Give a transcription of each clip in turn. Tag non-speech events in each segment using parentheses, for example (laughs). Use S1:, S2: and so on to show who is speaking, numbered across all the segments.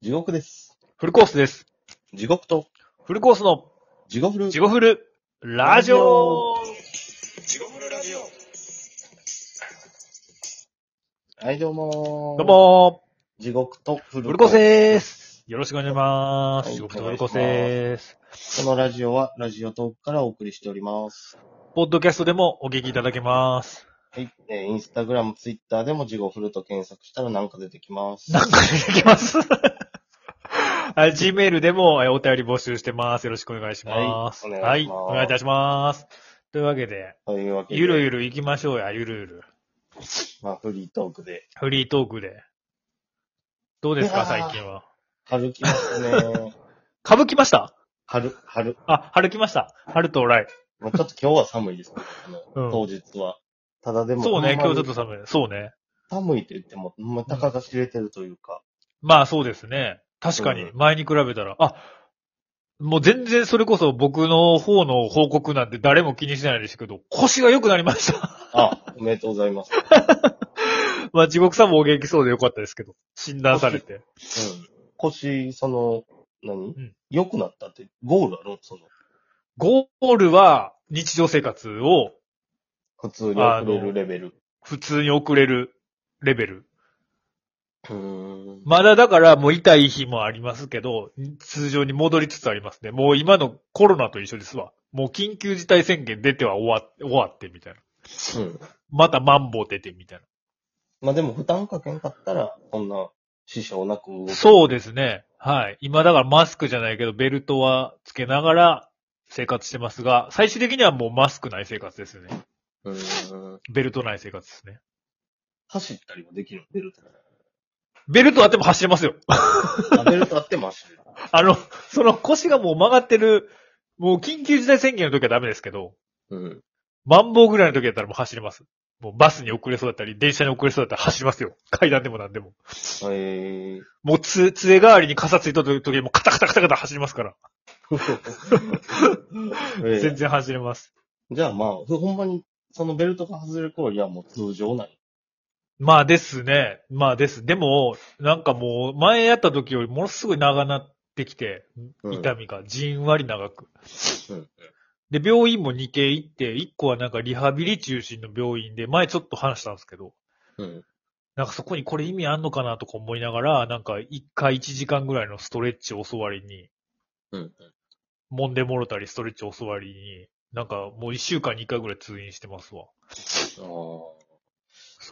S1: 地獄です。
S2: フルコースです。
S1: 地獄と、
S2: フルコースの
S1: 地獄フル。
S2: 地獄フルラジオ
S1: 地獄フルラジオ。はい、どうもー
S2: どう。も
S1: 地獄とフ
S2: ー
S1: ル
S2: フルコースでー
S1: す。
S2: すよろしくお願いしま
S1: は
S2: す。
S1: い
S2: 地獄とフルコースでーす。
S1: このラジオは、ラジオトークからお送りしております。
S2: ポッドキャストでもお聞きいただけます。
S1: はい。えーインスタグラム、ツイッターでも地獄フルと検索したらなんか出てきます。
S2: (laughs) なんか出てきます。 (laughs) はい、Gmail でもえお便り募集してます。よろしくお願いします。
S1: はい
S2: はい、
S1: お願いします
S2: お願いいたします。というわけで、
S1: というわけで、
S2: ゆるゆる行きましょうや、ゆるゆる。
S1: まあ、フリートークで、
S2: フリートークで。どうです
S1: い
S2: か、
S1: やー
S2: 最近は。
S1: 春来ます (laughs) ね。
S2: 歌舞伎ました
S1: 春、春。
S2: あ、春来ました。春到来。
S1: まあ、ちょっと今日は寒いですけど、あの
S2: うん
S1: 当日は。ただでも、
S2: そうね、今
S1: ほん
S2: 日
S1: ま
S2: ちょっ
S1: に
S2: と寒い。そうね。
S1: 寒いと言っても、ほんまたかが知れてるというか。
S2: (laughs) まあそうですね。確かに
S1: う、ん
S2: 前に比べたら、あ、もう全然それこそ僕の方の報告なんて誰も気にしないですけど、腰が良くなりました。 (laughs)
S1: あ、おめでとうございます。
S2: まあ地獄さんもお元気そうで良かったですけど、診断されて。
S1: うん。腰、その、何
S2: ん
S1: 良くなったって、ゴールあるその、
S2: ゴールは日常生活を
S1: 普通に送れるレベル。
S2: 普通に送れるレベル。
S1: うーん。
S2: まだだからもう痛い日もありますけど、通常に戻りつつありますね。もう今のコロナと一緒ですわ。もう緊急事態宣言出ては終わっ終わってみたいな。
S1: うん。
S2: またマンボウ出てみたいな。
S1: まあでも負担かけんかったら、こんな、支障なく動く。
S2: そうですね。はい。今だからマスクじゃないけど、ベルトはつけながら生活してますが、最終的にはもうマスクない生活ですよね。
S1: うーん。
S2: ベルトない生活ですね。
S1: 走ったりもできるのベルト。
S2: ベルトあっても走れますよ。 (laughs)
S1: あベルトあっても走れる。
S2: あの、その腰がもう曲がってる、もう緊急事態宣言の時はダメですけど、
S1: うん。
S2: マンボウぐらいの時だったらもう走れます。もうバスに遅れそうだったり、電車に遅れそうだったら走りますよ。階段でも何でも。
S1: えー。
S2: もうつ、杖代わりに傘ついた時もうカタカタカタカタ走りますから。
S1: え
S2: 全
S1: ー
S2: 然走れます。
S1: じゃあまあ、ほほんまに、そのベルトが外れる頃にはもう通常ない。
S2: まあですね。まあです。でも、なんかもう、前やった時よりものすごい長なってきて、
S1: うん
S2: 痛みがじんわり長く。
S1: うん
S2: で、病院も2軒行って、1個はなんかリハビリ中心の病院で、前ちょっと話したんですけど、
S1: うん。
S2: なんかそこにこれ意味あんのかなとか思いながら、なんか1回1時間ぐらいのストレッチを教わりに、
S1: うん。
S2: 揉んでもろたりストレッチを教わりに、なんかもう1週間に1回ぐらい通院してますわ。
S1: ああ。
S2: そ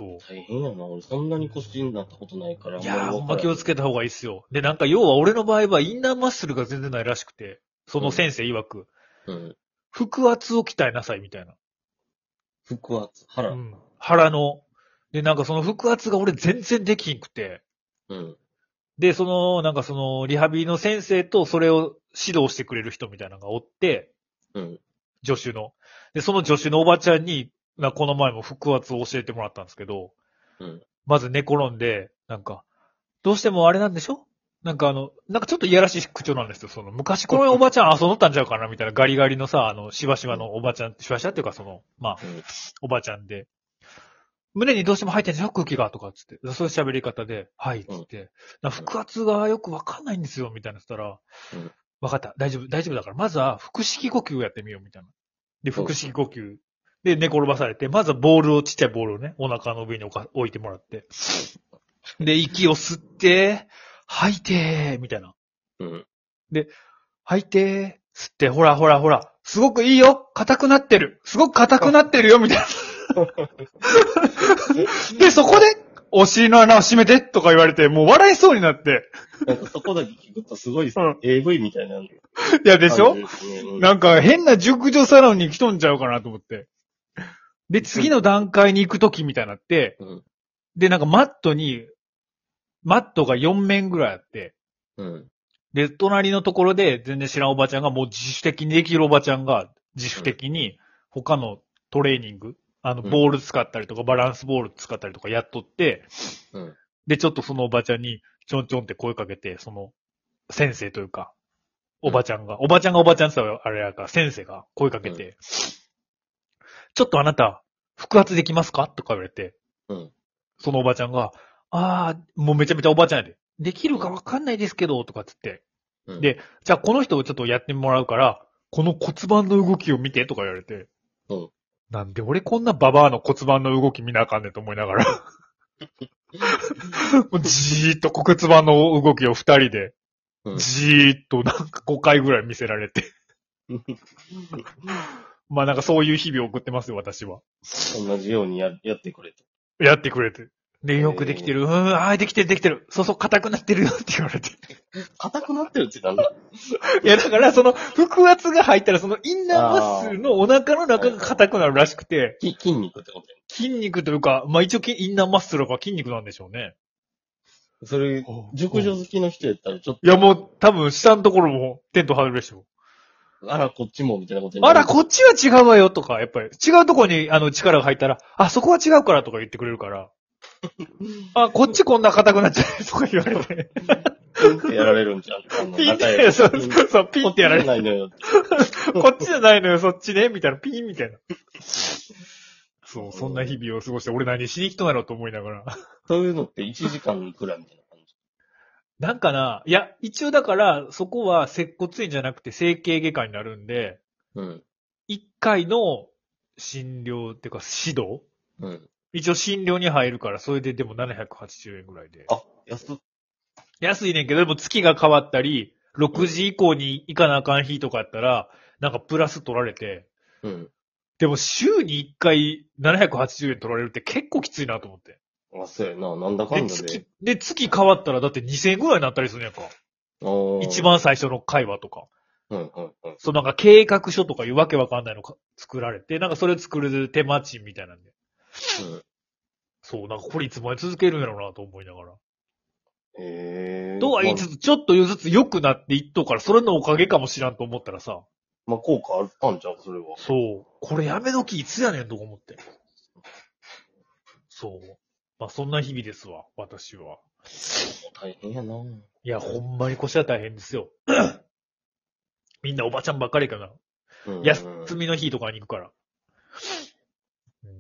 S2: う。
S1: 大変やな。俺そんなに腰になったことないから。
S2: いやー、ほんま
S1: り
S2: 気を
S1: 分
S2: つ
S1: から
S2: けた方がいいっすよ。で、なんか、要は俺の場合はインナーマッスルが全然ないらしくて、その先生曰く、
S1: んうん。
S2: 腹圧を鍛えなさいみたいな。
S1: 腹圧、腹。
S2: う
S1: うん。
S2: ん。腹の。で、なんかその腹圧が俺全然できんくて、で、その、なんかその、リハビリの先生とそれを指導してくれる人みたいなのがおって、
S1: うん。
S2: 助手の。で、その助手のおばちゃんに、なこの前も腹圧を教えてもらったんですけど、
S1: うん
S2: まず寝転んで、なんか、どうしてもあれなんでしょなんかあの、なんかちょっといやらしい口調なんですよ。その、昔このおばちゃん遊んどったんちゃうかなみたいなガリガリのさ、あの、しばしばのおばちゃん、しばしばっていうかその、まあ、
S1: うん
S2: おばちゃんで、胸にどうしても入ってんでしょ空気がとかっつって。そういう喋り方で、はい、っつって。なんか腹圧がよくわかんないんですよ、みたいなの言ったら
S1: うん、
S2: わ、かった、大丈夫、大丈夫だから、まずは腹式呼吸をやってみよう、みたいな。で、
S1: そう
S2: 腹式呼吸。で、寝転ばされて、まずはボールを、ちっちゃいボールをね、お腹の上に置か置いてもらって。で、息を吸って、吐いて、みたいな。
S1: うん。
S2: 吐いて、吸って、ほらほらほら、すごくいいよ硬くなってるすごく硬くなってるよみたいな。で、そこで、お尻の穴を閉めてとか言われて、もう笑いそうになって。
S1: なんかそこだけ聞くとすごいさ
S2: うん
S1: AV みたいな。
S2: いや、でし
S1: 感
S2: ょ
S1: じですねうん
S2: なんか変な熟女サロンに来とんちゃうかなと思って。で、次の段階に行くときみたいになって、
S1: うん
S2: で、なんかマットに、マットが4面ぐらいあって、
S1: うん。
S2: で、隣のところで全然知らんおばちゃんが、もう自主的にできるおばちゃんが、自主的に他のトレーニング、あの、
S1: うん
S2: ボール使ったりとか、バランスボール使ったりとかやっとって、
S1: うん。
S2: で、ちょっとそのおばちゃんに、ちょんちょんって声かけて、その、先生というか、おばちゃんが、おばちゃんがおばちゃんって言ったらあれやから、先生が声かけて、ちょっとあなた、腹圧できますかとか言われて、
S1: うん
S2: そのおばちゃんが、ああ、もうめちゃめちゃおばちゃんやで。できるかわかんないですけど、とかっつって。
S1: うん
S2: でじゃあこの人をちょっとやってもらうから、この骨盤の動きを見てとか言われて。
S1: うん
S2: なんで俺こんなババアの骨盤の動き見なあかんねんと思いながら。もうじーっと骨盤の動きを二人で
S1: う、ん
S2: じーっとなんか5回ぐらい見せら
S1: (laughs)
S2: れて。まあなんかそういう日々を送ってますよ、私は。
S1: 同じようにややってくれと。
S2: やってくれて。で、
S1: へー
S2: よくできてる。うん、ああ、できてる、できてる。そうそう、硬くなってるよって言われて。
S1: 硬くなってるってなんだ
S2: いや、だから、その、腹圧が入ったら、その、インナーマッスルのお腹の中が硬くなるらしくて、
S1: き筋肉ってことや
S2: 筋肉というか、まあ、一応、インナーマッスルが筋肉なんでしょうね。
S1: ん。それ、熟女好きの人やったらちょっ
S2: いや、もう、多分、下のところも、テント張るでしょ。
S1: と、あらこっちもみたいなことにな
S2: あ
S1: る
S2: ら、こっちは違うわよ、とか、やっぱり、違うところに、あの、力が入ったら、あ、そこは違うから、とか言ってくれるから、あ、こっちこんな硬くなっちゃう、とか言われ
S1: (laughs)
S2: て、
S1: ピンってやられるんじゃん。あの
S2: ピンっ
S1: 仲良
S2: て、
S1: く
S2: そうそうそう、ピンってやられ
S1: こっ
S2: る。
S1: ちじゃないのよって。
S2: こっちじゃないのよ、そっちね、みたいな、ピンみ
S1: (laughs)
S2: たいな。そう、そんな日々を過ごして、俺何しに来たんやろと思いながら。
S1: そういうのって1時間いくらみたいな感じ。
S2: なんかな、いや、一応だから、そこは接骨院じゃなくて整形外科になるんで、
S1: うん。
S2: 一回の診療っていうか指導
S1: うん。
S2: 一応診療に入るから、それででも780円ぐらいで。
S1: あ、安っ。
S2: 安いねんけど、でも月が変わったり、6時以降に行かなあかん日とかやったら、なんかプラス取られて、
S1: うん。
S2: でも週に1回780円取られるって結構きついなと思って。
S1: あ、そうやな。なんだか
S2: で、
S1: んだで
S2: 月。、で、月変わったらだって2000円ぐらいになったりするんやんか。
S1: おー
S2: 一。番最初の会話とか。
S1: うん、うん、うん。
S2: そうなんか計画書とかいうわけわかんないのか作られて、なんかそれを作る手間賃みたいなんで。
S1: うん
S2: そう、なんかこれいつまで続けるんやろうなと思いながら。
S1: へえ。
S2: とは言いつつ、ちょっとずつ良くなっていっとうから、それのおかげかもしらんと思ったらさ、
S1: まあ、まあ、効果あったんじゃん、それは。
S2: そう、これやめどきいつやねんとか思って。そう。まあそんな日々ですわ、私は。
S1: 大変やな。う
S2: いや、ほんまに腰は大変ですよ。 (clears throat) みんなおばちゃんばっかりかな。
S1: ん
S2: 休みの日とかに行くから。うん、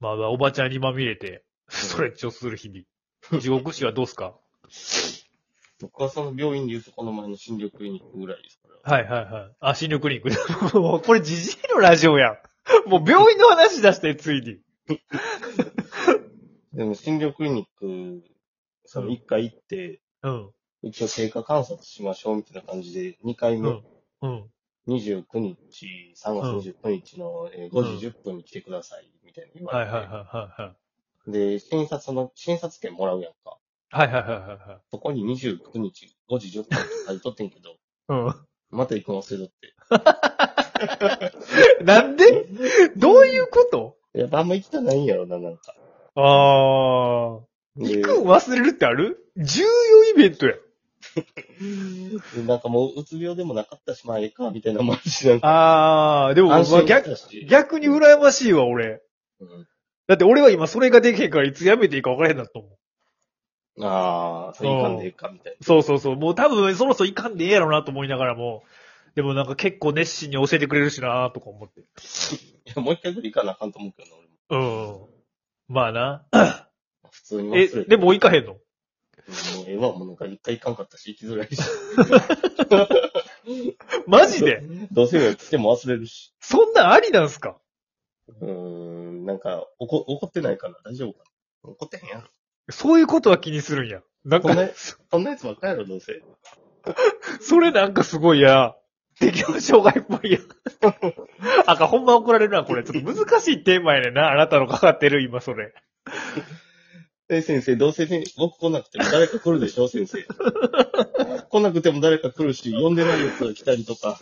S2: まあ、おばちゃんにまみれて、ストレッチをする日々。地獄師はどうすか
S1: 僕はその病院で言うとこの前の新緑クリニックぐらいですから。
S2: はいはいはい。あ、心力リニック。 (laughs) もうこれじじいのラジオやん。もう病院の話出して、ついに。
S1: でも新緑クリニック、その一回行って、
S2: うん。
S1: 一応経過観察しましょうみたいな感じで、二回
S2: う
S1: 目、
S2: ん。うん。
S1: 29日、3月29日のえー5時10分に来てください、みたいな言わ
S2: はい
S1: れ
S2: は
S1: て。
S2: いはいは
S1: で、診察の、診察券もらうやんか。
S2: いはい。はいはいはいはいはい。
S1: そこに29日5時10分って書いとってんけど、
S2: う
S1: また行くの忘れとって。
S2: ん。 (laughs) なんでどういうこと
S1: いやっぱあんま行きたないんやろな、なんか。
S2: ああ。
S1: で
S2: 行くん忘れるってある重要イベントや。
S1: でなんかもう、うつ病でもなかったし、まあええか、みたいなもんしなんか。
S2: ああ、でも、まあ
S1: 安心
S2: 逆、
S1: したし
S2: 逆に羨ましいわ、俺。
S1: うん
S2: だって俺は今それができへんからいつやめていいか分からへんなと思う。
S1: ああ、そういかんでええか、みたい
S2: そうそうそう。もう多分そろそろいかんでええやろなと思いながらも。でもなんか結構熱心に教えてくれるしなとか思って。
S1: な。いや、もう一回ぐらい行かなあかんと思うけどな、俺も。
S2: うん。まあな。
S1: 普通に忘
S2: え
S1: れ、て。
S2: でも行かへんの
S1: もうええわ、もうなんか一回行かんかったし、行きづらいし。
S2: マジで
S1: どうせよ、来ても忘れるし。
S2: そんなんありなんすか
S1: うーん、なんか、おこ、怒ってないかな大丈夫かな怒ってへん
S2: (laughs)
S1: やろ。
S2: そういうことは気にするんや。なん
S1: そん
S2: か、
S1: な、そんなやつばっかやろ、どうせ。
S2: それなんかすごいや。適応障害っぽい (laughs) や。あか、ほんま怒られるな、これ。ちょっと難しいテーマやねんな。あなたのかかってる、今それ。
S1: え、先生、どうせ先僕来なくても誰か来るでしょ、 (laughs) 先生。来なくても誰か来るし、呼んでないやつが来たりとか、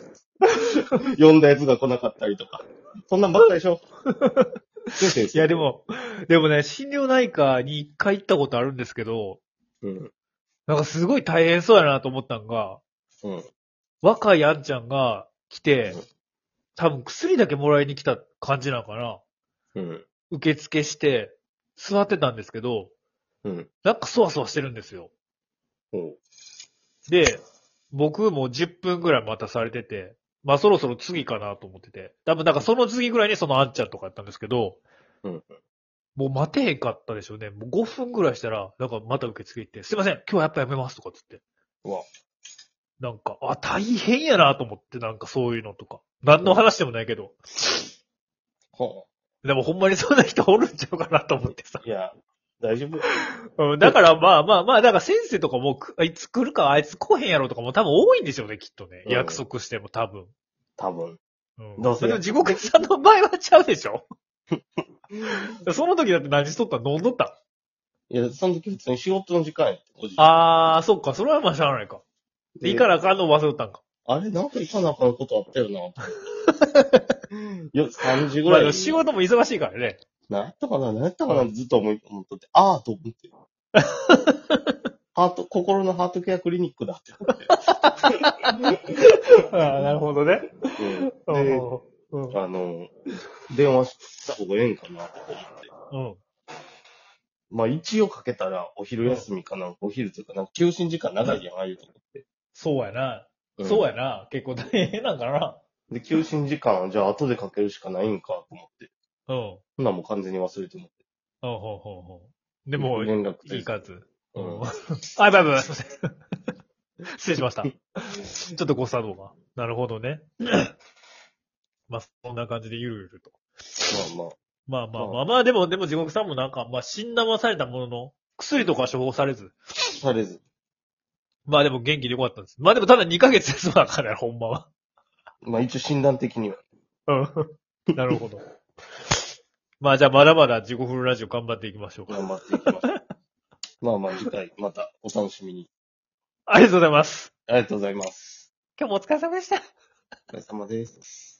S1: 呼んだやつが来なかったりとか。そんなんばっかで
S2: (laughs)
S1: しょ。先生、
S2: いや、でも、でもね、心療内科に一回行ったことあるんですけど、
S1: うん。
S2: なんかすごい大変そうやなと思ったんが、
S1: うん。
S2: 若いあんちゃんが来て、多分薬だけもらいに来た感じなのかな。
S1: うん。
S2: 受付して、座ってたんですけど、
S1: うん。
S2: なんかそわそわしてるんですよ。
S1: おう
S2: で、僕も10分ぐらい待たされてて、まあそろそろ次かなと思ってて。多分なんかその次ぐらいにそのあんちゃんとかやったんですけど、
S1: うん
S2: もう待てへんかったでしょうね。もう5分ぐらいしたら、なんかまた受付行って、すいません、今日はやっぱやめますとかっつって。
S1: うわ。
S2: なんか、あ、大変やなと思って、なんかそういうのとか。何の話でもないけど。
S1: は
S2: でもほんまにそんな人おるんちゃうかなと思ってさ
S1: あ。。いや、大丈夫。
S2: うん、だからまあまあまあ、だから先生とかもく、いつ来るか、あいつ来へんやろとかも多分多いんでしょうね、きっとね。
S1: うん
S2: 約束しても多分。
S1: 多分。
S2: うん。
S1: どうせ
S2: でも地獄さんの場合はちゃうでしょその時だって何しとった飲んどった
S1: いや、その時普通に仕事の時間やって、おじい
S2: あー、そっか、それはまあしゃあないか。
S1: で
S2: でいいからあかんの忘れとったんか。
S1: あれ、なんか行かなあかんことあった
S2: (laughs)
S1: よな。よ、3時ぐ
S2: まあ
S1: らい
S2: でも
S1: に。
S2: 仕事も忙しいからね。
S1: 何やったかな何やったかなってずっと思い思っとって、ああ、と思
S2: (laughs)
S1: って。ハート、心のハートケアクリニックだって
S2: あー、なるほどね。
S1: 思って。
S2: う
S1: で、
S2: んうん。
S1: あの、電話した方がええんかなと思って。
S2: うん。
S1: まあ一応かけたらお昼休みかな、お昼というか、なんか休診時間長いやん、ああいうとこって。
S2: そうやな。そう
S1: や。
S2: やな。結構大変なんかな。
S1: で、休診時間、じゃあ後でかけるしかないんかと思って。
S2: うん。
S1: ほんならもう完全に忘れてもって。
S2: うん、うん、うん、うん。でも、
S1: 連絡
S2: いい数。
S1: うん
S2: あ、バイバイ、すいません。 (laughs) 失礼しました。ちょっと誤作動が。なるほど (laughs) ね。まあ、そんな感じでゆるゆると。
S1: まあまあ。
S2: まあまあ
S1: まあ
S2: まあまあ、でも、でも地獄さんもなんか、まあ診断はされたものの、薬とかは処方されず。
S1: されず。
S2: まあでも元気でよかったんです。まあでもただ2ヶ月でそうだから、ほんまは。
S1: まあ一応診断的には。
S2: うん。なる (laughs) ほど。まあじゃあまだまだ地獄フルラジオ頑張っていきましょうか。
S1: 頑張っていきま
S2: (laughs)
S1: しょう。まあまあ次回またお楽しみに。
S2: ありがとうございます。
S1: ありがとうございます。
S2: 今日もお疲れ様でした。
S1: お疲れ様です。